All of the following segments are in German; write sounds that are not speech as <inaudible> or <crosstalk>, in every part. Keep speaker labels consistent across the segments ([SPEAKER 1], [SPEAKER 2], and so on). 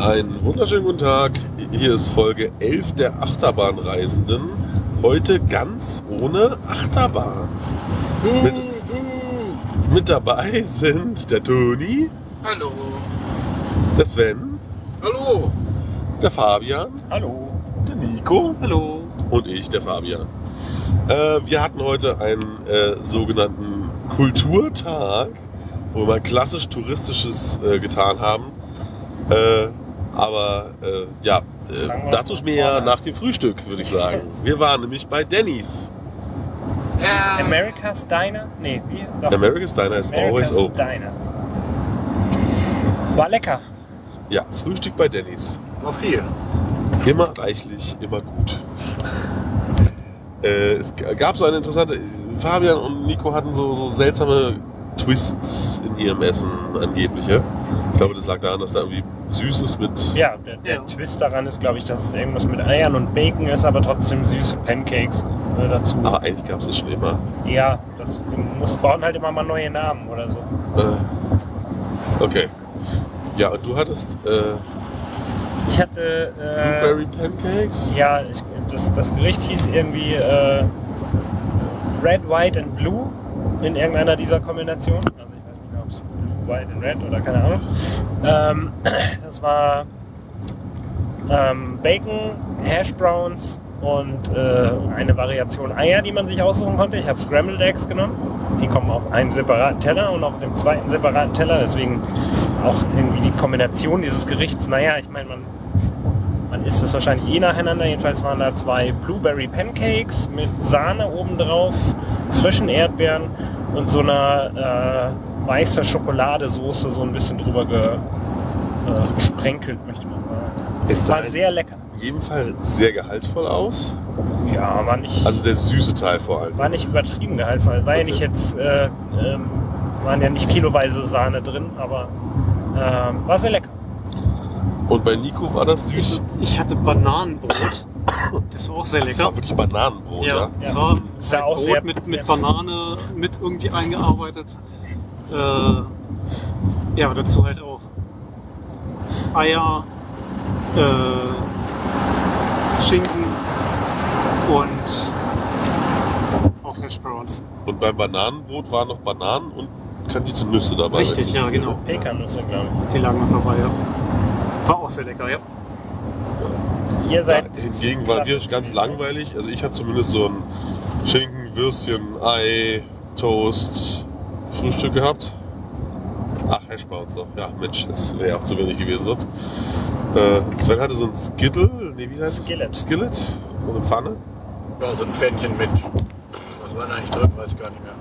[SPEAKER 1] Einen wunderschönen guten Tag. Hier ist Folge 11 der Achterbahnreisenden. Heute ganz ohne Achterbahn. Mit, mit dabei sind der Toni,
[SPEAKER 2] Hallo.
[SPEAKER 1] der Sven,
[SPEAKER 2] Hallo.
[SPEAKER 1] der Fabian,
[SPEAKER 3] Hallo.
[SPEAKER 1] der Nico
[SPEAKER 3] Hallo.
[SPEAKER 1] und ich, der Fabian. Äh, wir hatten heute einen äh, sogenannten Kulturtag, wo wir mal klassisch touristisches äh, getan haben. Äh, aber äh, ja,
[SPEAKER 3] Fangen
[SPEAKER 1] äh,
[SPEAKER 3] wir
[SPEAKER 1] dazu
[SPEAKER 3] von
[SPEAKER 1] mehr
[SPEAKER 3] vorne an.
[SPEAKER 1] nach dem Frühstück, würde ich sagen. Wir waren nämlich bei Denny's.
[SPEAKER 2] Ja.
[SPEAKER 3] America's Diner? Nee, wie? Doch.
[SPEAKER 1] America's Diner is always
[SPEAKER 3] America's
[SPEAKER 1] open.
[SPEAKER 3] Diner. War lecker.
[SPEAKER 1] Ja, Frühstück bei Denny's.
[SPEAKER 2] War viel.
[SPEAKER 1] Immer reichlich, immer gut. <laughs> Äh, es g- gab so eine interessante. Fabian und Nico hatten so, so seltsame Twists in ihrem Essen angeblich. Ja? Ich glaube, das lag daran, dass da irgendwie Süßes mit.
[SPEAKER 3] Ja, der, der
[SPEAKER 2] Ja.
[SPEAKER 3] Twist daran ist, glaube ich, dass es irgendwas mit Eiern und Bacon ist, aber trotzdem süße Pancakes äh, dazu.
[SPEAKER 1] Aber Ah, eigentlich gab es das schon immer.
[SPEAKER 3] Ja, das die muss, brauchen halt immer mal neue Namen oder so.
[SPEAKER 1] Äh, okay. Ja, und du hattest äh,
[SPEAKER 3] Ich hatte. Äh,
[SPEAKER 1] Blueberry Pancakes?
[SPEAKER 3] ja, ich, das, das Gericht hieß irgendwie äh, Red, White and Blue in irgendeiner dieser Kombinationen. Also ich weiß nicht mehr, ob es Blue, White and Red oder keine Ahnung. Ähm, <clears throat> das war ähm, Bacon, Hash Browns und äh, eine Variation Eier, die man sich aussuchen konnte. Ich habe Scrambled Eggs genommen. Die kommen auf einem separaten Teller und auf dem zweiten separaten Teller. Deswegen auch irgendwie die Kombination dieses Gerichts. Naja, ich meine, man, man isst es wahrscheinlich eh nacheinander. Jedenfalls waren da zwei Blueberry Pancakes mit Sahne obendrauf, frischen Erdbeeren und so einer äh, weißer Schokoladesoße so ein bisschen drüber ge, äh, gesprenkelt, möchte man sagen.
[SPEAKER 1] Es
[SPEAKER 3] Es war
[SPEAKER 1] sah-
[SPEAKER 3] sehr lecker.
[SPEAKER 1] In jedem Fall sehr gehaltvoll aus.
[SPEAKER 3] Ja, war nicht,
[SPEAKER 1] Also der süße Teil vor allem.
[SPEAKER 3] war nicht übertrieben gehalten. War ja
[SPEAKER 1] Okay.
[SPEAKER 3] nicht jetzt, äh, ähm, waren ja nicht kiloweise Sahne drin, aber ähm, war sehr lecker.
[SPEAKER 1] Und bei Nico war das süße.
[SPEAKER 4] Ich, ich hatte Bananenbrot. Das war auch sehr
[SPEAKER 1] Das war
[SPEAKER 4] lecker.
[SPEAKER 1] wirklich Bananenbrot, ja?
[SPEAKER 4] Ja, es war
[SPEAKER 3] Ist ja auch
[SPEAKER 4] Brot
[SPEAKER 3] sehr-
[SPEAKER 4] mit,
[SPEAKER 3] sehr-
[SPEAKER 4] mit Banane mit irgendwie eingearbeitet. Äh, ja, aber dazu halt auch Eier, äh, Schinken und auch Hash Browns.
[SPEAKER 1] Und beim Bananenbrot waren noch Bananen und kandierte Nüsse dabei. wenn
[SPEAKER 4] Richtig,
[SPEAKER 1] ich
[SPEAKER 4] ja,
[SPEAKER 1] das-
[SPEAKER 4] genau.
[SPEAKER 3] Pekannüsse, glaube
[SPEAKER 4] Die lagen noch dabei, ja. War auch sehr lecker, ja.
[SPEAKER 3] ich. Ihr
[SPEAKER 1] Ja,
[SPEAKER 3] seid
[SPEAKER 1] hingegen waren wir
[SPEAKER 3] klasse.
[SPEAKER 1] ganz langweilig. Also ich habe zumindest so ein Schinken, Würstchen, Ei, Toast, Frühstück gehabt. Ach, Hashbrowns noch. Ja, Mensch, das wäre ja auch zu wenig gewesen sonst. Äh, Sven hatte so ein Skittle, nee, wie heißt es?
[SPEAKER 3] Skillet.
[SPEAKER 1] Skillet, so eine Pfanne.
[SPEAKER 2] Ja, so ein Fännchen mit. Was war da eigentlich drin? Weiß ich gar nicht mehr.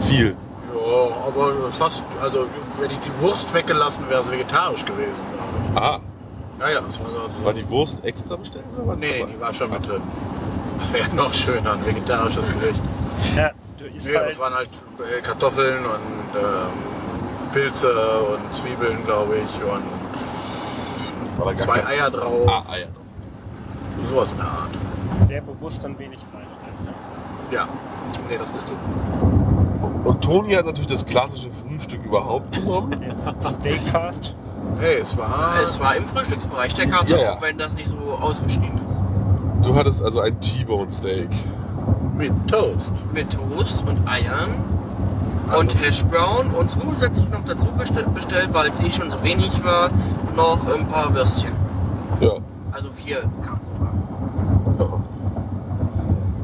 [SPEAKER 1] Viel.
[SPEAKER 2] Ja, aber fast. Also, hätte ich die Wurst weggelassen, wäre es vegetarisch gewesen. glaub
[SPEAKER 1] Ah,
[SPEAKER 2] ich. Ja, ja, das war so.
[SPEAKER 1] war die Wurst extra bestellt? Oder war
[SPEAKER 2] Nee, die war schon mit drin. Das wäre noch schöner, ein vegetarisches Gericht.
[SPEAKER 3] Ja, du isst
[SPEAKER 2] Nee, aber
[SPEAKER 3] halt,
[SPEAKER 2] es waren halt äh, Kartoffeln und ähm, Pilze und Zwiebeln, glaube ich. Und
[SPEAKER 1] war da gar
[SPEAKER 2] zwei
[SPEAKER 1] kein-
[SPEAKER 2] Eier drauf.
[SPEAKER 1] Ah, Eier.
[SPEAKER 2] Sowas in der Art.
[SPEAKER 3] sehr bewusst und wenig Fleisch.
[SPEAKER 2] Ja. Nee, das bist du.
[SPEAKER 1] Und Toni hat natürlich das klassische Frühstück überhaupt genommen.
[SPEAKER 3] Jetzt Steakfast.
[SPEAKER 2] Hey, es war.
[SPEAKER 5] Es war im Frühstücksbereich der Karte,
[SPEAKER 1] Ja, ja.
[SPEAKER 5] auch wenn das nicht so ausgeschrieben ist.
[SPEAKER 1] Du hattest also ein T-Bone Steak.
[SPEAKER 2] mit Toast.
[SPEAKER 5] Mit Toast und Eiern
[SPEAKER 1] Also
[SPEAKER 5] und Hashbrown und zusätzlich noch dazu bestell- bestellt, weil es eh schon so wenig war, noch ein paar Würstchen.
[SPEAKER 1] Ja.
[SPEAKER 5] Also vier Karten.
[SPEAKER 1] Ja.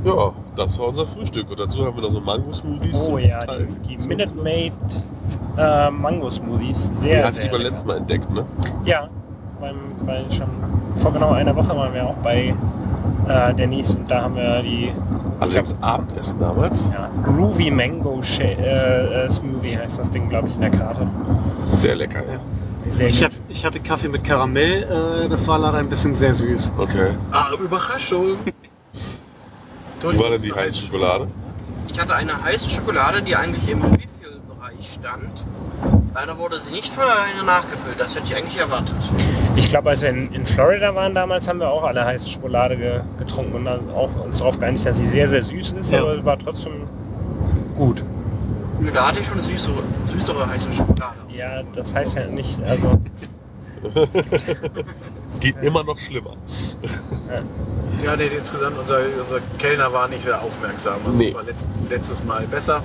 [SPEAKER 1] ja, das war unser Frühstück. Und dazu haben wir noch so Mango-Smoothies.
[SPEAKER 3] Oh
[SPEAKER 1] zum
[SPEAKER 3] ja,
[SPEAKER 1] Teil.
[SPEAKER 3] die, die
[SPEAKER 1] Zum-
[SPEAKER 3] Minute Maid äh, Mango Smoothies. Sehr,
[SPEAKER 1] Die hatte ich
[SPEAKER 3] sehr
[SPEAKER 1] beim
[SPEAKER 3] lecker.
[SPEAKER 1] letzten Mal entdeckt, ne?
[SPEAKER 3] Ja, beim, bei schon vor genau einer Woche waren wir auch bei äh, Denise und da haben wir die
[SPEAKER 1] Allerdings Abendessen damals.
[SPEAKER 3] ja, Groovy Mango Sha äh, äh, Smoothie heißt das Ding, glaube ich, in der Karte.
[SPEAKER 1] Sehr lecker, ja.
[SPEAKER 3] Sehr
[SPEAKER 4] Ich
[SPEAKER 3] gut.
[SPEAKER 4] hatte, ich hatte Kaffee mit Karamell, äh, das war leider ein bisschen sehr süß.
[SPEAKER 1] Okay.
[SPEAKER 2] Ah, Überraschung!
[SPEAKER 1] Wie war denn die heiße Schokolade?
[SPEAKER 5] Ich hatte eine heiße Schokolade, die eigentlich im Refill-Bereich stand. Leider wurde sie nicht von alleine nachgefüllt, das hätte ich eigentlich erwartet.
[SPEAKER 3] Ich glaube, als wir in, in Florida waren damals, haben wir auch alle heiße Schokolade ge, getrunken und dann auch uns darauf geeinigt, dass sie sehr, sehr süß ist,
[SPEAKER 4] Ja.
[SPEAKER 3] aber war trotzdem gut.
[SPEAKER 5] Da hatte ich schon süßere, süßere heiße Schokolade.
[SPEAKER 3] Ja, das heißt ja nicht, also
[SPEAKER 1] Es geht immer noch schlimmer.
[SPEAKER 2] Ja, nee, insgesamt, unser, unser Kellner war nicht sehr aufmerksam. Also
[SPEAKER 1] Nee.
[SPEAKER 2] Das war letzt, letztes Mal besser.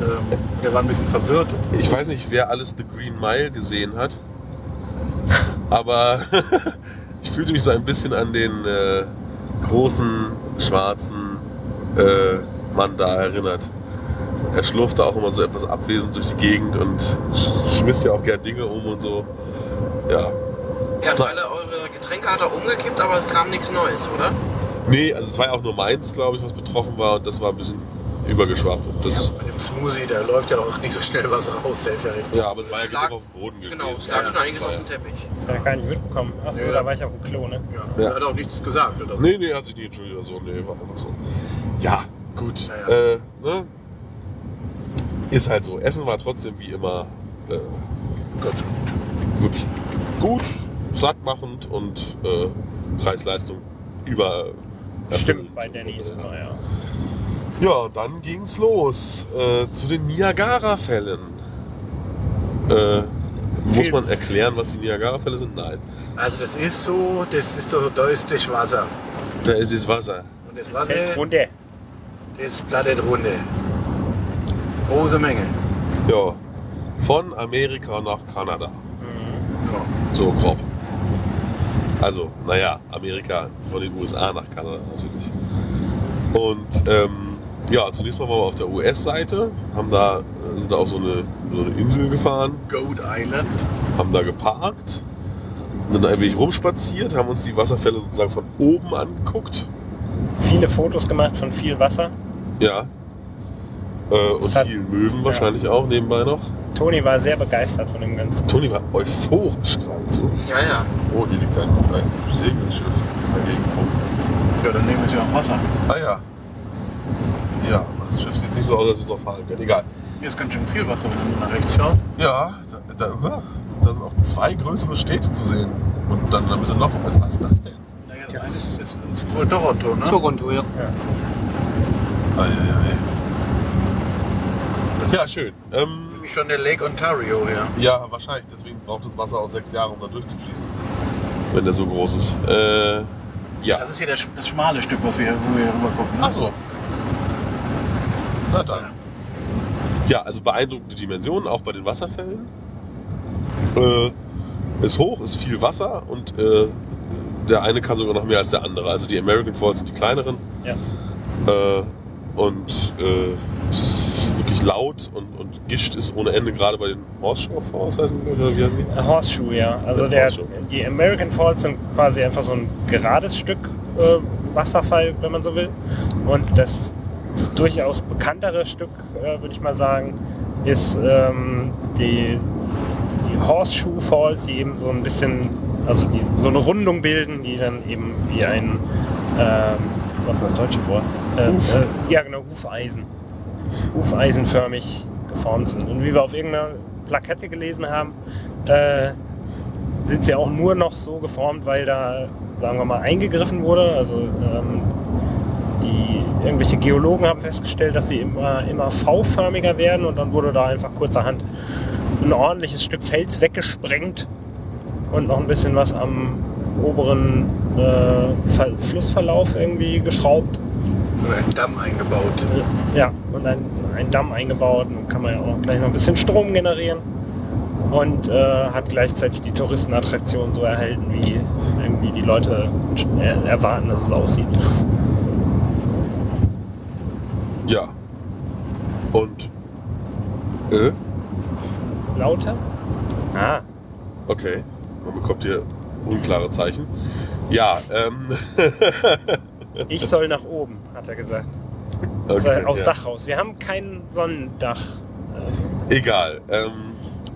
[SPEAKER 2] Ähm, wir waren ein bisschen verwirrt.
[SPEAKER 1] Ich weiß nicht, wer alles The Green Mile gesehen hat, aber <laughs> ich fühlte mich so ein bisschen an den äh, großen, schwarzen äh, Mann da erinnert. Er schlurfte auch immer so etwas abwesend durch die Gegend und sch schmiss ja auch gern Dinge um und so. Ja.
[SPEAKER 5] Ja, alle eure Getränke hat er umgekippt, aber es kam nichts Neues, oder?
[SPEAKER 1] Nee, also es war ja auch nur meins, glaube ich, was betroffen war und das war ein bisschen übergeschwappt. Und das,
[SPEAKER 2] Mit dem Smoothie, da läuft ja auch nicht so schnell was raus. Der ist ja recht.
[SPEAKER 1] ja. aber es war ja
[SPEAKER 5] Es lag-
[SPEAKER 1] genug auf dem Boden gewesen.
[SPEAKER 5] Genau, es lag schon einiges
[SPEAKER 1] War
[SPEAKER 5] auf
[SPEAKER 1] ja-
[SPEAKER 5] dem Teppich.
[SPEAKER 3] Das habe ich gar nicht mitbekommen. Achso,
[SPEAKER 2] Ja.
[SPEAKER 3] da war ich auf dem Klo, ne?
[SPEAKER 2] Ja.
[SPEAKER 1] Ja.
[SPEAKER 2] Er hat auch nichts gesagt. Oder so.
[SPEAKER 1] Nee, nee, hat sich nicht entschuldigt oder so. Nee, war einfach so. Ja, gut.
[SPEAKER 2] Naja.
[SPEAKER 1] Äh, ne? Ist halt so. Essen war trotzdem wie immer äh,
[SPEAKER 2] Gott,
[SPEAKER 1] wirklich gut, sattmachend und äh, Preis-Leistung über.
[SPEAKER 3] Stimmt, bei Denny's. Naja.
[SPEAKER 1] Ja, dann ging's los äh, zu den Niagara-Fällen. Äh, muss
[SPEAKER 3] Viel-
[SPEAKER 1] man erklären, was die Niagara-Fälle sind? Nein.
[SPEAKER 2] Also das ist so, das ist doch, da ist das Wasser.
[SPEAKER 1] Da ist das Wasser.
[SPEAKER 2] Und das
[SPEAKER 3] Fällt
[SPEAKER 2] Wasser,
[SPEAKER 3] runter.
[SPEAKER 2] das plattet runter. Große Menge.
[SPEAKER 1] Ja. Von Amerika nach Kanada.
[SPEAKER 3] Mhm.
[SPEAKER 2] Ja.
[SPEAKER 1] So grob. Also, naja, Amerika, von den USA nach Kanada natürlich. Und ähm, ja, zunächst mal waren wir auf der US-Seite, haben da, äh, sind da auf so eine, so eine Insel gefahren,
[SPEAKER 2] Goat Island.
[SPEAKER 1] haben da geparkt, sind dann ein wenig rumspaziert, haben uns die Wasserfälle sozusagen von oben angeguckt.
[SPEAKER 3] Viele Fotos gemacht von viel Wasser.
[SPEAKER 1] Ja. Äh, und
[SPEAKER 3] Das hat-
[SPEAKER 1] viel Möwen wahrscheinlich auch nebenbei noch.
[SPEAKER 3] Toni war sehr begeistert von dem Ganzen.
[SPEAKER 1] Toni war euphorisch geradezu.
[SPEAKER 5] Ja, ja.
[SPEAKER 1] Oh, hier liegt ein, ein Segelschiff dagegen. Oh.
[SPEAKER 2] Ja, dann nehmen wir sie am Wasser.
[SPEAKER 1] Ah ja. Das- Ja, aber das Schiff sieht nicht so aus, als wir es noch fahren können. Egal.
[SPEAKER 2] Hier ist ganz schön viel Wasser, wenn man nach rechts schaut.
[SPEAKER 1] Ja, da, da, huh, da sind auch zwei größere Städte zu sehen. Und dann damit noch. Also was ist das denn?
[SPEAKER 2] Naja, das, eine ist, ist, ist wohl Toronto, ne?
[SPEAKER 4] Toronto, ja.
[SPEAKER 1] Eieiei. Ja, schön. Ähm,
[SPEAKER 2] Wie schon der Lake Ontario her.
[SPEAKER 1] ja, wahrscheinlich. Deswegen braucht das Wasser auch sechs Jahre, um da durchzufließen. Wenn der so groß ist. Äh, ja.
[SPEAKER 2] Das ist hier der, sch- das schmale Stück, was wir, wo wir ne? hier rüber gucken.
[SPEAKER 1] Ach so. Na dann. Ja, also beeindruckende Dimensionen, auch bei den Wasserfällen. Äh, ist hoch, ist viel Wasser und äh, der eine kann sogar noch mehr als der andere. Also die American Falls sind die kleineren
[SPEAKER 3] Ja.
[SPEAKER 1] äh, und äh, ist wirklich laut und, und Gischt ist ohne Ende, gerade bei den Horseshoe Falls heißen die, oder wie heißen die?
[SPEAKER 3] Ein Horseshoe, ja. Also
[SPEAKER 1] Ein
[SPEAKER 3] der,
[SPEAKER 1] Horseshoe.
[SPEAKER 3] die American Falls sind quasi einfach so ein gerades Stück äh, Wasserfall, wenn man so will. Und das durchaus bekanntere Stück, äh, würde ich mal sagen, ist ähm, die, die Horseshoe Falls, die eben so ein bisschen, also die so eine Rundung bilden, die dann eben wie ein, ähm, was ist das deutsche Wort? Äh, äh, ja, genau, Hufeisen. Hufeisenförmig geformt sind. Und wie wir auf irgendeiner Plakette gelesen haben, äh, sind sie auch nur noch so geformt, weil da, sagen wir mal, eingegriffen wurde. Also ähm, die irgendwelche Geologen haben festgestellt, dass sie immer, immer V-förmiger werden und dann wurde da einfach kurzerhand ein ordentliches Stück Fels weggesprengt und noch ein bisschen was am oberen äh, Ver Flussverlauf irgendwie geschraubt.
[SPEAKER 2] Oder ein Damm eingebaut.
[SPEAKER 3] Ja, und ein, ein Damm eingebaut. Dann kann man ja auch noch gleich noch ein bisschen Strom generieren. Und äh, hat gleichzeitig die Touristenattraktion so erhalten, wie irgendwie die Leute äh, erwarten, dass es aussieht.
[SPEAKER 1] Ja. Und. Äh?
[SPEAKER 3] Lauter? Ah,
[SPEAKER 1] Okay, man bekommt hier unklare Zeichen. Ja, ähm. <laughs>
[SPEAKER 3] ich soll nach oben, hat er gesagt.
[SPEAKER 1] Okay,
[SPEAKER 3] soll aufs
[SPEAKER 1] ja.
[SPEAKER 3] Dach raus. Wir haben kein Sonnendach. Also
[SPEAKER 1] Egal. Ähm,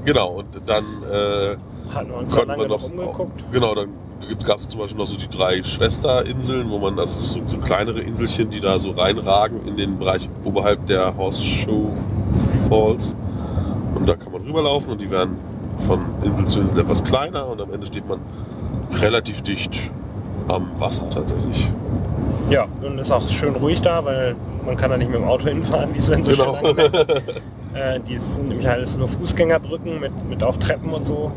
[SPEAKER 1] genau, und dann äh,
[SPEAKER 3] hatten wir uns da
[SPEAKER 1] konnten
[SPEAKER 3] lange
[SPEAKER 1] wir
[SPEAKER 3] noch
[SPEAKER 1] noch.
[SPEAKER 3] umgeguckt.
[SPEAKER 1] Genau, dann gab es zum Beispiel noch so die drei Schwesterinseln, wo man, das ist so, so kleinere Inselchen, die da so reinragen in den Bereich oberhalb der Horseshoe Falls. Und da kann man rüberlaufen und die werden von Insel zu Insel etwas kleiner und am Ende steht man relativ dicht am Wasser tatsächlich.
[SPEAKER 3] Ja, und ist auch schön ruhig da, weil man kann da nicht mit dem Auto hinfahren, wie es wenn so
[SPEAKER 1] Genau.
[SPEAKER 3] schön angeht. Äh, die sind nämlich alles nur Fußgängerbrücken mit, mit auch Treppen und so.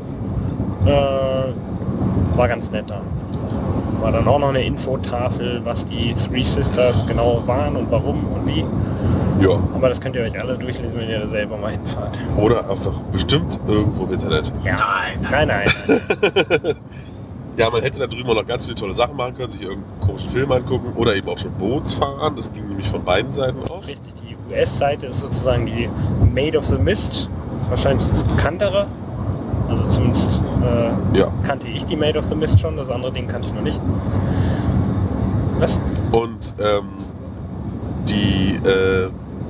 [SPEAKER 3] Äh, war ganz nett da. War dann auch noch eine Infotafel, was die Three Sisters genau waren und warum und wie.
[SPEAKER 1] Ja.
[SPEAKER 3] Aber das könnt ihr euch alle durchlesen, wenn ihr da selber mal hinfahrt.
[SPEAKER 1] Oder einfach bestimmt irgendwo im Internet.
[SPEAKER 3] Ja. Nein, nein, nein.
[SPEAKER 1] Ja, man hätte da drüben auch noch ganz viele tolle Sachen machen können, sich irgendeinen komischen Film angucken oder eben auch schon Bootsfahren. Das ging nämlich von beiden Seiten aus.
[SPEAKER 3] Richtig, die US-Seite ist sozusagen die Made of the Mist. Das ist wahrscheinlich das bekanntere. Also zumindest äh,
[SPEAKER 1] Ja.
[SPEAKER 3] kannte ich die Made of the Mist schon, das andere Ding kannte ich noch nicht. Was?
[SPEAKER 1] Und ähm, die äh,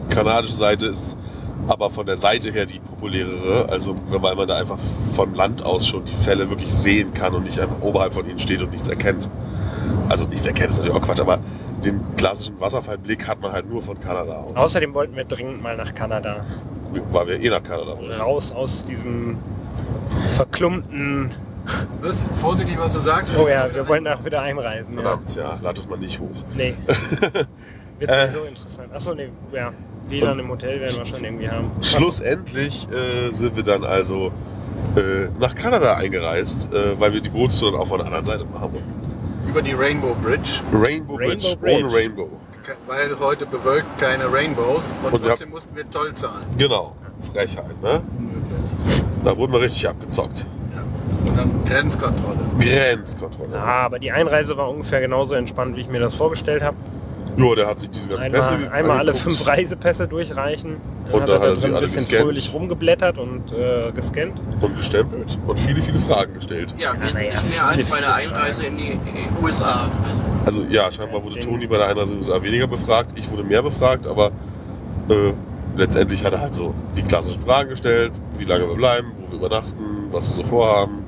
[SPEAKER 1] kanadische Seite ist aber von der Seite her die populärere. Also weil man da einfach von Land aus schon die Fälle wirklich sehen kann und nicht einfach oberhalb von ihnen steht und nichts erkennt. Also nichts erkennt ist natürlich auch Quatsch, aber den klassischen Wasserfallblick hat man halt nur von Kanada aus.
[SPEAKER 3] Außerdem wollten wir dringend mal nach Kanada.
[SPEAKER 1] Weil wir eh nach Kanada wollen.
[SPEAKER 3] Raus aus diesem verklumpten.
[SPEAKER 2] Das ist vorsichtig, was du sagst.
[SPEAKER 3] Oh ja, wir wollten auch wieder einreisen. Ja.
[SPEAKER 1] Verdammt, ja, lad es mal nicht hoch. <laughs>
[SPEAKER 3] Nee. Wird
[SPEAKER 1] Äh.
[SPEAKER 3] sowieso interessant. Achso, nee, ja. WLAN im Hotel werden wir schon irgendwie haben.
[SPEAKER 1] Schlussendlich äh, sind wir dann also äh, nach Kanada eingereist, äh, weil wir die Bootstour dann auch von der anderen Seite machen wollten.
[SPEAKER 2] Über die Rainbow Bridge,
[SPEAKER 1] Rainbow, Bridge,
[SPEAKER 3] Rainbow Bridge.
[SPEAKER 1] ohne Rainbow.
[SPEAKER 2] ke- weil heute bewölkt keine Rainbows und,
[SPEAKER 1] Und wir
[SPEAKER 2] trotzdem mussten wir Toll zahlen.
[SPEAKER 1] Genau, Frechheit, ne?
[SPEAKER 2] Unmöglich.
[SPEAKER 1] Da wurden wir richtig abgezockt.
[SPEAKER 2] Und dann Grenzkontrolle.
[SPEAKER 1] Grenzkontrolle.
[SPEAKER 3] Ah, aber die Einreise war ungefähr genauso entspannt, wie ich mir das vorgestellt habe.
[SPEAKER 1] Jo, der hat sich diese ganzen Pässe
[SPEAKER 3] Einmal, einmal alle
[SPEAKER 1] angeguckt.
[SPEAKER 3] fünf Reisepässe durchreichen. Dann
[SPEAKER 1] Und
[SPEAKER 3] hat
[SPEAKER 1] dann
[SPEAKER 3] er
[SPEAKER 1] hat
[SPEAKER 3] da
[SPEAKER 1] er sie
[SPEAKER 3] drin ein
[SPEAKER 1] alle
[SPEAKER 3] bisschen
[SPEAKER 1] gescannt.
[SPEAKER 3] fröhlich rumgeblättert und äh, gescannt.
[SPEAKER 1] Und gestempelt und viele, viele Fragen gestellt.
[SPEAKER 5] Ja, wesentlich
[SPEAKER 3] naja,
[SPEAKER 5] mehr als bei der Einreise in die USA. Also,
[SPEAKER 1] Also ja, scheinbar wurde
[SPEAKER 3] Den-
[SPEAKER 1] Toni bei der Einreise in den USA weniger befragt, ich wurde mehr befragt, aber äh, letztendlich hat er halt so die klassischen Fragen gestellt, wie lange wir bleiben, wo wir übernachten, was wir so vorhaben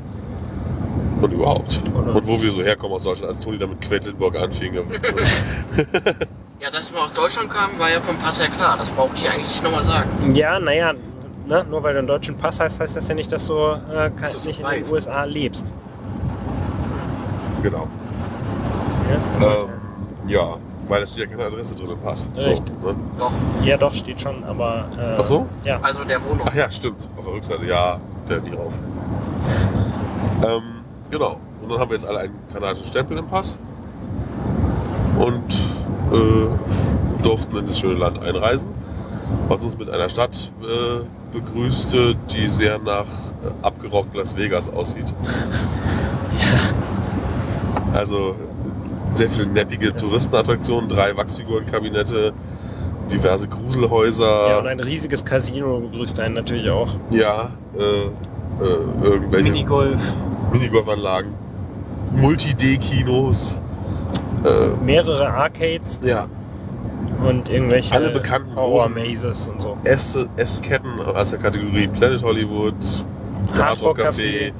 [SPEAKER 1] und überhaupt.
[SPEAKER 3] Und
[SPEAKER 1] Und,
[SPEAKER 3] uns-
[SPEAKER 1] wo wir so herkommen aus Deutschland, als Toni damit Quedlinburg anfing.
[SPEAKER 5] ja, dass wir aus Deutschland kamen, war ja vom Pass her klar. Das brauchte ich eigentlich nicht nochmal sagen.
[SPEAKER 3] Ja, naja, ne? nur weil du einen deutschen Pass hast, heißt das ja nicht, dass du, äh, kein,
[SPEAKER 2] Dass du so
[SPEAKER 3] nicht in den
[SPEAKER 2] weißt.
[SPEAKER 3] USA lebst.
[SPEAKER 1] <laughs> genau.
[SPEAKER 3] Ja,
[SPEAKER 1] Ähm, ja, weil da steht ja keine Adresse drin im Pass.
[SPEAKER 3] Richtig.
[SPEAKER 1] So, ne?
[SPEAKER 5] Doch.
[SPEAKER 3] ja doch, steht schon, aber. Äh,
[SPEAKER 1] Ach so?
[SPEAKER 3] Ja.
[SPEAKER 5] Also der Wohnung.
[SPEAKER 1] Ach ja, stimmt. Auf der Rückseite, ja, fällt nie rauf. Ähm, genau. Und dann haben wir jetzt alle einen kanadischen Stempel im Pass und äh, durften in das schöne Land einreisen, was uns mit einer Stadt äh, begrüßte, die sehr nach äh, abgerockt Las Vegas
[SPEAKER 3] <laughs>
[SPEAKER 1] aussieht. Also sehr viele neppige
[SPEAKER 3] Das-
[SPEAKER 1] Touristenattraktionen, drei Wachsfigurenkabinette, diverse Gruselhäuser.
[SPEAKER 3] ja, und ein riesiges Casino begrüßt einen natürlich auch.
[SPEAKER 1] Ja, äh, äh,
[SPEAKER 4] Also.
[SPEAKER 1] irgendwelche
[SPEAKER 4] Minigolf.
[SPEAKER 1] Minigolfanlagen, Multi-D-Kinos, äh,
[SPEAKER 3] Mehrere Arcades
[SPEAKER 1] ja,
[SPEAKER 3] und irgendwelche
[SPEAKER 1] Alle bekannten
[SPEAKER 3] Horror
[SPEAKER 1] großen-
[SPEAKER 3] Mazes und so.
[SPEAKER 1] S- S-Ketten aus der Kategorie Planet Hollywood, Hard Rock Café,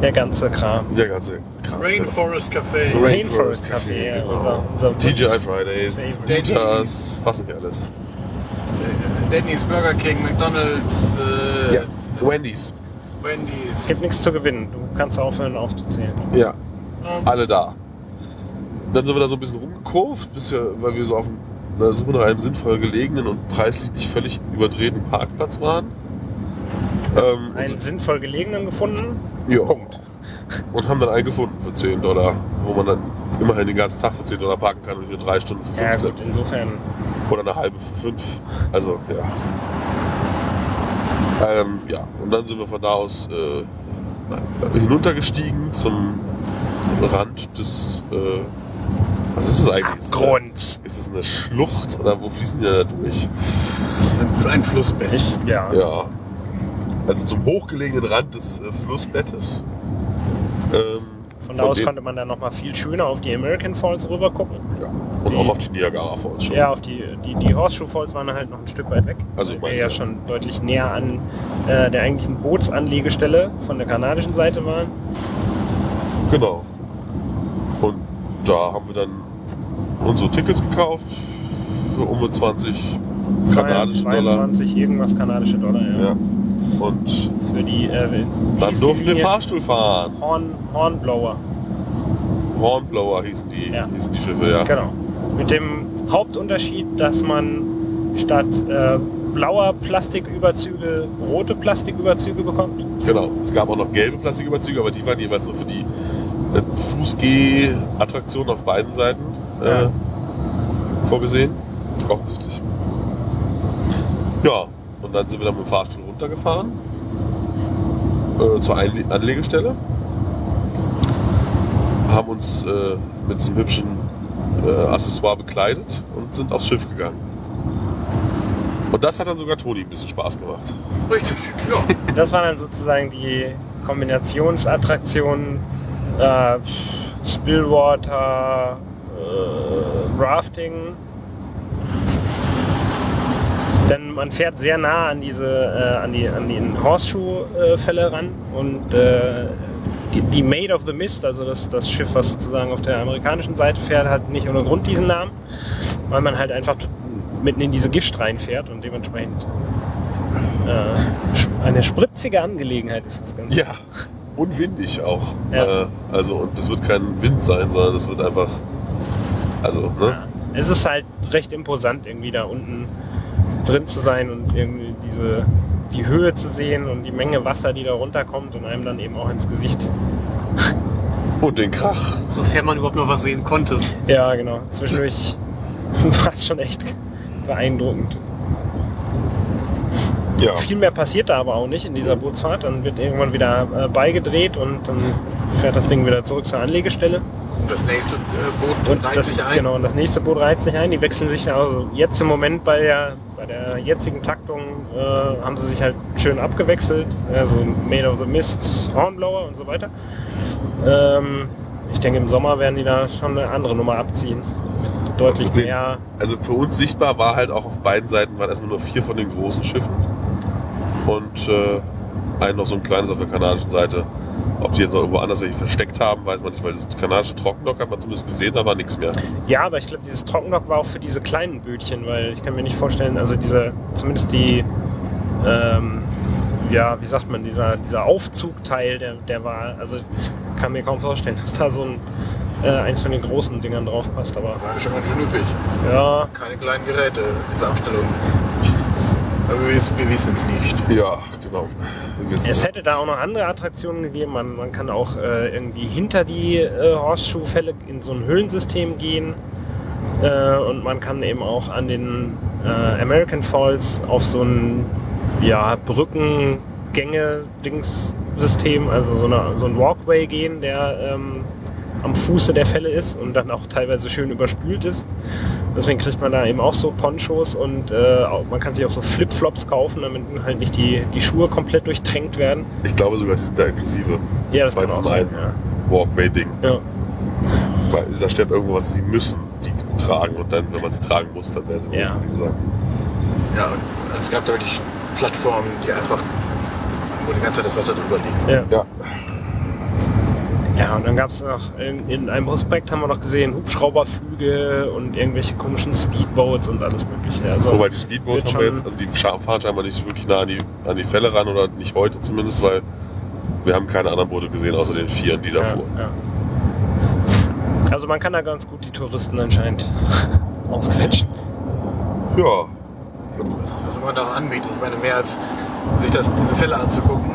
[SPEAKER 3] Der ganze Kram.
[SPEAKER 1] der ganze Kram.
[SPEAKER 2] Rainforest Café.
[SPEAKER 1] Rainforest
[SPEAKER 3] Rainforest
[SPEAKER 1] Café,
[SPEAKER 3] Café, ja,
[SPEAKER 1] genau.
[SPEAKER 3] unser- unser-
[SPEAKER 1] TGI Fridays,
[SPEAKER 3] Favorite.
[SPEAKER 1] Ditas, was nicht alles.
[SPEAKER 2] Denny's Burger King, McDonalds, äh,
[SPEAKER 1] Ja, Wendy's,
[SPEAKER 2] Wendy's.
[SPEAKER 3] Gibt nichts zu gewinnen. Du kannst aufhören aufzuzählen.
[SPEAKER 1] ja,
[SPEAKER 2] Ähm,
[SPEAKER 1] alle da. Dann sind wir da so ein bisschen rumgekurvt, bis wir, weil wir so auf der Suche nach einem sinnvoll gelegenen und preislich nicht völlig überdrehten Parkplatz waren. Ähm, und-
[SPEAKER 3] einen sinnvoll gelegenen gefunden.
[SPEAKER 1] ja. Und haben dann einen gefunden für 10 Dollar, wo man dann immerhin den ganzen Tag für 10 Dollar parken kann und nicht nur drei Stunden für
[SPEAKER 3] Ja
[SPEAKER 1] 15
[SPEAKER 3] gut, insofern.
[SPEAKER 1] oder eine halbe für 5. Also ja. Ähm, ja, und dann sind wir von da aus äh, hinuntergestiegen zum Rand des... Äh, was ist das eigentlich? Ist das eine-
[SPEAKER 3] Abgrund.
[SPEAKER 1] Ist es eine Schlucht oder wo fließen die da durch?
[SPEAKER 2] Ein Flussbett.
[SPEAKER 3] Ich, ja.
[SPEAKER 1] Ja. Also zum hochgelegenen Rand des äh, Flussbettes. Ähm,
[SPEAKER 3] Von da aus
[SPEAKER 1] dem-
[SPEAKER 3] konnte man dann nochmal viel schöner auf die American Falls rüber gucken.
[SPEAKER 1] ja. Und
[SPEAKER 3] die-
[SPEAKER 1] auch auf die Niagara Falls schon.
[SPEAKER 3] Ja, auf die, die, die Horseshoe Falls waren halt noch ein Stück weit weg.
[SPEAKER 1] Also,
[SPEAKER 3] weil
[SPEAKER 1] mein-
[SPEAKER 3] wir ja schon deutlich näher an äh, der eigentlichen Bootsanlegestelle von der kanadischen Seite waren.
[SPEAKER 1] Genau. Und da haben wir dann unsere Tickets gekauft für um die 20 kanadische Dollar.
[SPEAKER 3] 22 irgendwas kanadische Dollar, ja.
[SPEAKER 1] Ja. Und
[SPEAKER 3] Für die, äh, wie
[SPEAKER 1] dann
[SPEAKER 3] hieß die
[SPEAKER 1] durften wir
[SPEAKER 3] Linie?
[SPEAKER 1] Fahrstuhl fahren.
[SPEAKER 3] Horn, Hornblower.
[SPEAKER 1] Hornblower hießen die,
[SPEAKER 3] Ja.
[SPEAKER 1] hießen die Schiffe, ja.
[SPEAKER 3] Genau. Mit dem Hauptunterschied, dass man statt äh, blauer Plastiküberzüge rote Plastiküberzüge bekommt.
[SPEAKER 1] Genau. Es gab auch noch gelbe Plastiküberzüge, aber die waren jeweils nur für die äh, Fußgeh-Attraktion auf beiden Seiten äh,
[SPEAKER 3] Ja.
[SPEAKER 1] vorgesehen. Offensichtlich. Ja, und dann sind wir dann mit dem Fahrstuhl runtergefahren äh, zur Einle Anlegestelle. Haben uns äh, mit diesem hübschen äh, Accessoire bekleidet und sind aufs Schiff gegangen. Und das hat dann sogar Toni ein bisschen Spaß gemacht.
[SPEAKER 5] <laughs> Richtig, ja.
[SPEAKER 3] Das waren dann sozusagen die Kombinationsattraktionen äh, Spillwater, äh, Rafting. Denn man fährt sehr nah an diese äh, an, die, an den Horseshoe-Fälle ran und äh, die, die Maid of the Mist, also das, das Schiff, was sozusagen auf der amerikanischen Seite fährt, hat nicht ohne Grund diesen Namen, weil man halt einfach t- mitten in diese Gift reinfährt und dementsprechend äh, sp- eine spritzige Angelegenheit ist das Ganze.
[SPEAKER 1] Ja, und windig auch.
[SPEAKER 3] Ja.
[SPEAKER 1] Äh, also, und das wird kein Wind sein, sondern das wird einfach. Also, ne?
[SPEAKER 3] Ja. Es ist halt recht imposant, irgendwie da unten drin zu sein und irgendwie diese, die Höhe zu sehen und die Menge Wasser, die da runterkommt und einem dann eben auch ins Gesicht.
[SPEAKER 1] Und den Krach.
[SPEAKER 4] Sofern man überhaupt noch was sehen konnte.
[SPEAKER 3] Ja, genau. Zwischendurch <laughs> war es schon echt beeindruckend.
[SPEAKER 1] Ja.
[SPEAKER 3] Viel mehr passiert da aber auch nicht in dieser Bootsfahrt. Dann wird irgendwann wieder äh, beigedreht und dann fährt das Ding wieder zurück zur Anlegestelle.
[SPEAKER 2] Und das nächste äh, Boot
[SPEAKER 3] Und
[SPEAKER 2] reiht
[SPEAKER 3] das,
[SPEAKER 2] sich ein.
[SPEAKER 3] Genau, und das nächste Boot reiht sich ein. Die wechseln sich also jetzt im Moment bei der, bei der jetzigen Taktung äh, haben sie sich halt schön abgewechselt. Also Made of the Mist, Hornblower und so weiter. Ähm, ich denke, im Sommer werden die da schon eine andere Nummer abziehen. Mit deutlich
[SPEAKER 1] Mit den-
[SPEAKER 3] mehr.
[SPEAKER 1] Also, für uns sichtbar war halt auch auf beiden Seiten waren erstmal nur vier von den großen Schiffen. Und äh, ein noch so ein kleines auf der kanadischen Seite. Ob die jetzt noch irgendwo anders welche versteckt haben, weiß man nicht, weil das kanadische Trockendock hat man zumindest gesehen, da war nichts mehr.
[SPEAKER 3] Ja, aber ich glaube, dieses Trockendock war auch für diese kleinen Bötchen, weil ich kann mir nicht vorstellen, also diese, zumindest die, ähm, ja, wie sagt man, dieser, dieser Aufzugteil, der, der war, also ich kann mir kaum vorstellen, dass da so ein, äh, eins von den großen Dingern drauf passt, aber
[SPEAKER 2] War schon ganz schön üppig.
[SPEAKER 3] ja,
[SPEAKER 2] Keine kleinen Geräte in dieser Abstellung. Aber wir wissen wir wissen es nicht.
[SPEAKER 1] Ja, genau. Wir wissen
[SPEAKER 3] es hätte da auch noch andere Attraktionen gegeben, man, man kann auch äh, irgendwie hinter die äh, Horseshoe-Fälle in so ein Höhlensystem gehen äh, und man kann eben auch an den äh, American Falls auf so ein ja, Brückengänge-Dings-System, also so, eine, so ein Walkway gehen, der ähm, am Fuße der Fälle ist und dann auch teilweise schön überspült ist. Deswegen kriegt man da eben auch so Ponchos und äh, auch, man kann sich auch so Flipflops kaufen, damit halt nicht die, die Schuhe komplett durchtränkt werden.
[SPEAKER 1] Ich glaube sogar, die sind da inklusive.
[SPEAKER 3] Ja, das
[SPEAKER 1] Bei
[SPEAKER 3] kann auch
[SPEAKER 1] diesem
[SPEAKER 3] sein.
[SPEAKER 1] einen Walkway-Ding.
[SPEAKER 3] Ja. Ja.
[SPEAKER 1] Weil da steht irgendwo was, sie müssen die tragen und dann, wenn man sie tragen muss, dann werden sie
[SPEAKER 3] Ja.
[SPEAKER 1] wie gesagt.
[SPEAKER 2] Ja, und es gab deutlich Plattformen, die einfach, wo die ganze Zeit das Wasser drüber lief.
[SPEAKER 3] Ja.
[SPEAKER 1] Ja.
[SPEAKER 3] Ja, und dann gab es noch, in, in einem Prospekt haben wir noch gesehen, Hubschrauberflüge und irgendwelche komischen Speedboats und alles mögliche. Also,
[SPEAKER 1] Wobei die Speedboats
[SPEAKER 3] Wird
[SPEAKER 1] haben wir
[SPEAKER 3] schon-
[SPEAKER 1] jetzt, also die scha- fahren scheinbar nicht wirklich nah an die, an die Fälle ran oder nicht heute zumindest, weil wir haben keine anderen Boote gesehen, außer den Vieren, die da
[SPEAKER 3] ja,
[SPEAKER 1] fuhren.
[SPEAKER 3] ja. Also man kann da ganz gut die Touristen anscheinend <laughs> ausquetschen.
[SPEAKER 1] Ja,
[SPEAKER 2] Das ist, was man da auch anbietet. Ich meine, mehr als sich das, diese Fälle anzugucken,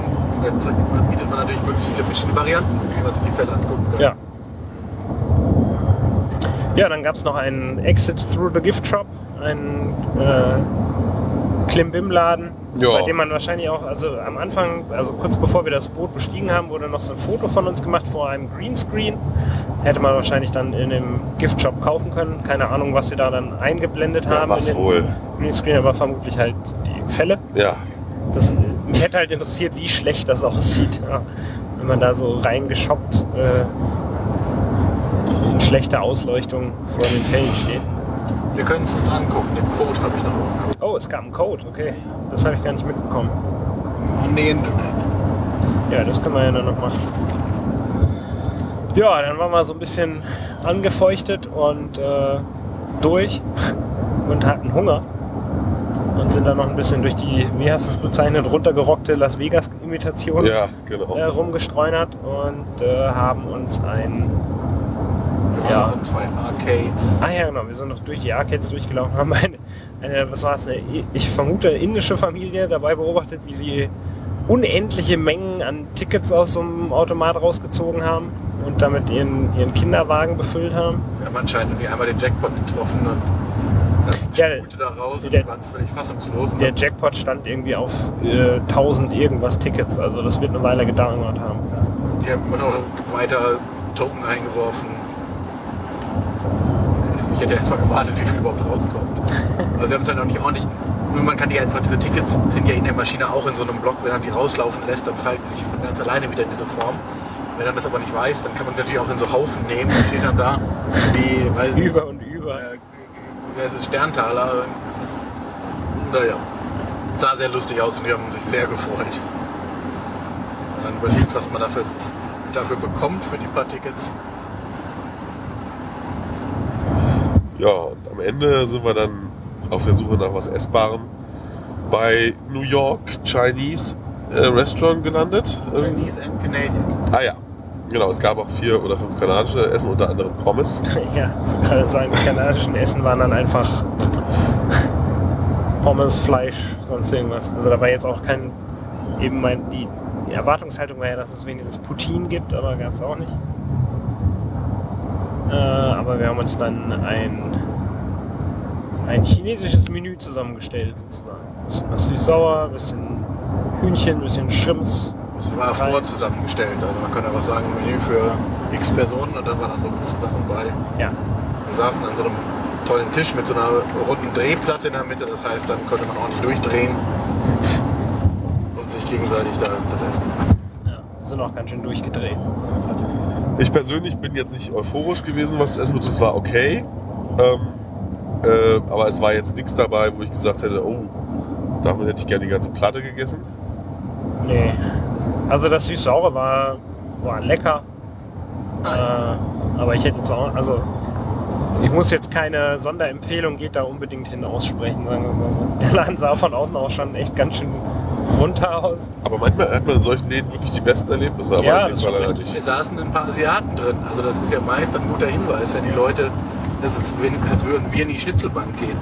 [SPEAKER 2] dann sagt man- bietet man natürlich möglichst viele verschiedene Varianten, wie man sich die Fälle angucken kann.
[SPEAKER 3] Ja. Ja, dann gab es noch einen Exit Through the Gift Shop, einen äh, Klimbim-Laden,
[SPEAKER 1] Ja.
[SPEAKER 3] bei dem man wahrscheinlich auch, also am Anfang, also kurz bevor wir das Boot bestiegen haben, wurde noch so ein Foto von uns gemacht vor einem Greenscreen. Hätte man wahrscheinlich dann in dem Gift Shop kaufen können. Keine Ahnung, was sie da dann eingeblendet
[SPEAKER 1] Ja,
[SPEAKER 3] haben.
[SPEAKER 1] was
[SPEAKER 3] in den
[SPEAKER 1] wohl.
[SPEAKER 3] Greenscreen, aber vermutlich halt die Fälle.
[SPEAKER 1] ja.
[SPEAKER 3] Das, mich hätte halt interessiert, wie schlecht das aussieht, ja. wenn man da so reingeschoppt äh, in schlechter Ausleuchtung vor den Fällen steht.
[SPEAKER 2] Wir können es uns angucken. Den Code habe ich noch irgendwo.
[SPEAKER 3] Oh, es gab einen Code, okay. Das habe ich gar nicht mitbekommen.
[SPEAKER 2] Nähen.
[SPEAKER 3] Ja, das können wir ja dann noch machen. Ja, dann waren wir so ein bisschen angefeuchtet und äh, durch <laughs> und hatten Hunger. Und sind dann noch ein bisschen durch die, wie hast du es bezeichnet, runtergerockte Las Vegas-Imitation
[SPEAKER 1] Ja, genau.
[SPEAKER 3] äh, rumgestreunert und äh, haben uns ein
[SPEAKER 2] Wir waren
[SPEAKER 3] Ja.
[SPEAKER 2] noch in zwei Arcades.
[SPEAKER 3] Ah ja, genau. Wir sind noch durch die Arcades durchgelaufen, haben eine, eine was war es, eine, ich vermute, indische Familie dabei beobachtet, wie sie unendliche Mengen an Tickets aus so einem Automat rausgezogen haben und damit ihren, ihren Kinderwagen befüllt haben.
[SPEAKER 2] Wir haben anscheinend irgendwie einmal den Jackpot getroffen und das
[SPEAKER 3] Ja,
[SPEAKER 2] spulte da raus und
[SPEAKER 3] der-
[SPEAKER 2] wir waren völlig fassungslos. Und
[SPEAKER 3] Der Jackpot stand irgendwie auf äh, 1000 irgendwas Tickets, also das wird eine Weile gedauert haben.
[SPEAKER 2] Die haben immer noch weiter Token eingeworfen. Ich hätte erst mal gewartet, wie viel überhaupt rauskommt. Also sie haben es halt noch nicht ordentlich. Nur Man kann die einfach, diese Tickets sind ja in der Maschine auch in so einem Block, wenn man die rauslaufen lässt, dann falten die sich von ganz alleine wieder in diese Form. Wenn man das aber nicht weiß, dann kann man sie natürlich auch in so Haufen nehmen und steht dann da wie, weiß nicht,
[SPEAKER 3] Über und über.
[SPEAKER 2] äh, wer ist es, Sterntaler. Naja, sah sehr lustig aus und die haben sich sehr gefreut. Und dann überlegt, was man dafür, dafür bekommt für die paar Tickets.
[SPEAKER 1] Ja, und am Ende sind wir dann auf der Suche nach was Essbarem bei New York Chinese äh, Restaurant gelandet. Ähm,
[SPEAKER 2] Chinese and Canadian.
[SPEAKER 1] Ah ja, genau. Es gab auch vier oder fünf kanadische Essen, unter anderem Pommes.
[SPEAKER 3] <laughs> Ja, ich wollte gerade sagen, die kanadischen Essen waren dann einfach Pommes, Fleisch, sonst irgendwas. Also da war jetzt auch kein, eben mein, die die Erwartungshaltung war ja, dass es wenigstens Poutine gibt, aber gab es auch nicht. Äh, aber wir haben uns dann ein, ein chinesisches Menü zusammengestellt sozusagen. Bisschen was süß-sauer, bisschen Hühnchen, bisschen Schrimps.
[SPEAKER 2] Das war
[SPEAKER 3] Geil.
[SPEAKER 2] vor zusammengestellt. Also man könnte einfach sagen, Menü für x Personen und dann waren dann so gewisse Sachen bei.
[SPEAKER 3] Ja,
[SPEAKER 2] Wir saßen an so einem tollen Tisch mit so einer runden Drehplatte in der Mitte. Das heißt, dann konnte man ordentlich durchdrehen und sich gegenseitig da das Essen
[SPEAKER 3] ja. Wir sind auch ganz schön durchgedreht.
[SPEAKER 1] Ich persönlich bin jetzt nicht euphorisch gewesen, was das Essen betrifft. Es war okay. Ähm, äh, aber es war jetzt nichts dabei, wo ich gesagt hätte, oh, davon hätte ich gerne die ganze Platte gegessen.
[SPEAKER 3] Nee. Also das süß-saure war, war lecker. Äh, aber ich hätte jetzt auch, also ich muss jetzt keine Sonderempfehlung geht da unbedingt hin aussprechen, sagen wir es mal so. <laughs> Der Laden sah von außen auch schon echt ganz schön runter aus.
[SPEAKER 1] Aber manchmal hat man in solchen Läden wirklich die besten Erlebnisse. Aber
[SPEAKER 3] Ja,
[SPEAKER 1] in
[SPEAKER 3] das
[SPEAKER 1] dem Fall
[SPEAKER 3] stimmt.
[SPEAKER 1] leider nicht.
[SPEAKER 2] Wir saßen ein paar Asiaten drin. Also das ist ja meist ein guter Hinweis, wenn die Leute, das ist, wenn- als würden wir in die Schnitzelbank gehen.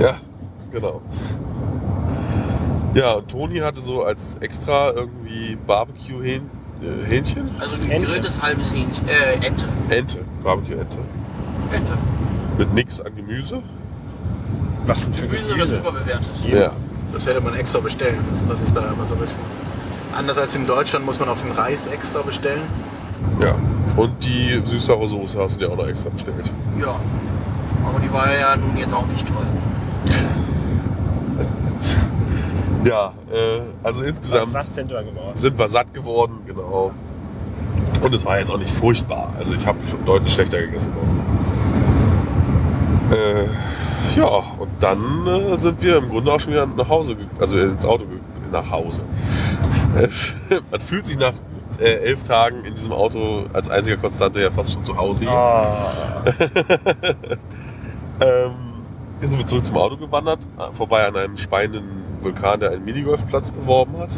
[SPEAKER 1] Ja, genau. Ja, und Toni hatte so als extra irgendwie Barbecue-Hähnchen. Äh, Hähnchen?
[SPEAKER 5] Also
[SPEAKER 3] Ente.
[SPEAKER 5] gegrilltes halbes Hähnchen, äh, Ente.
[SPEAKER 1] Ente. Barbecue-Ente.
[SPEAKER 5] Ente.
[SPEAKER 1] Mit nix an Gemüse.
[SPEAKER 3] Was denn für
[SPEAKER 5] Gemüse wird
[SPEAKER 3] Gemüse?
[SPEAKER 5] überbewertet.
[SPEAKER 1] Ja.
[SPEAKER 2] Das hätte man extra bestellen müssen. Das ist da immer so ein bisschen. Anders als in Deutschland muss man auch den Reis extra bestellen.
[SPEAKER 1] Ja. Und die süß-saure Soße hast du dir auch noch extra bestellt.
[SPEAKER 5] Ja. Aber die war ja nun jetzt auch nicht toll.
[SPEAKER 1] Ja, äh, also
[SPEAKER 3] War
[SPEAKER 1] insgesamt
[SPEAKER 3] Satz hintergebaut.
[SPEAKER 1] sind wir satt geworden, genau. Und es war jetzt auch nicht furchtbar. Also ich habe schon deutlich schlechter gegessen. Äh, ja, und dann äh, sind wir im Grunde auch schon wieder nach Hause, ge- also ins Auto ge- nach Hause. <laughs> Es, man fühlt sich nach äh, elf Tagen in diesem Auto als einziger Konstante ja fast schon zu Hause.
[SPEAKER 3] Oh,
[SPEAKER 1] Ähm, hier sind wir zurück zum Auto gewandert, vorbei an einem speienden Vulkan, der einen Minigolfplatz beworben hat.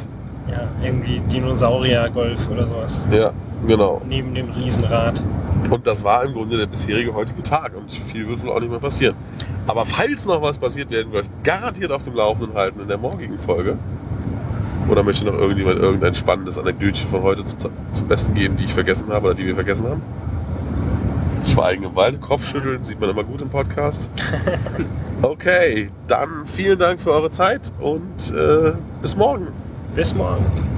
[SPEAKER 3] ja, irgendwie Dinosaurier-Golf oder sowas.
[SPEAKER 1] Ja, genau.
[SPEAKER 3] Neben dem Riesenrad.
[SPEAKER 1] Und das war im Grunde der bisherige heutige Tag und viel wird wohl auch nicht mehr passieren. Aber falls noch was passiert, werden wir euch garantiert auf dem Laufenden halten in der morgigen Folge. Oder möchte noch irgendjemand irgendein spannendes Anekdötchen von heute zum, zum Besten geben, die ich vergessen habe oder die wir vergessen haben? Schweigen im Wald, Kopfschütteln sieht man immer gut im Podcast. Okay, dann vielen Dank für eure Zeit und äh, bis morgen.
[SPEAKER 3] Bis morgen.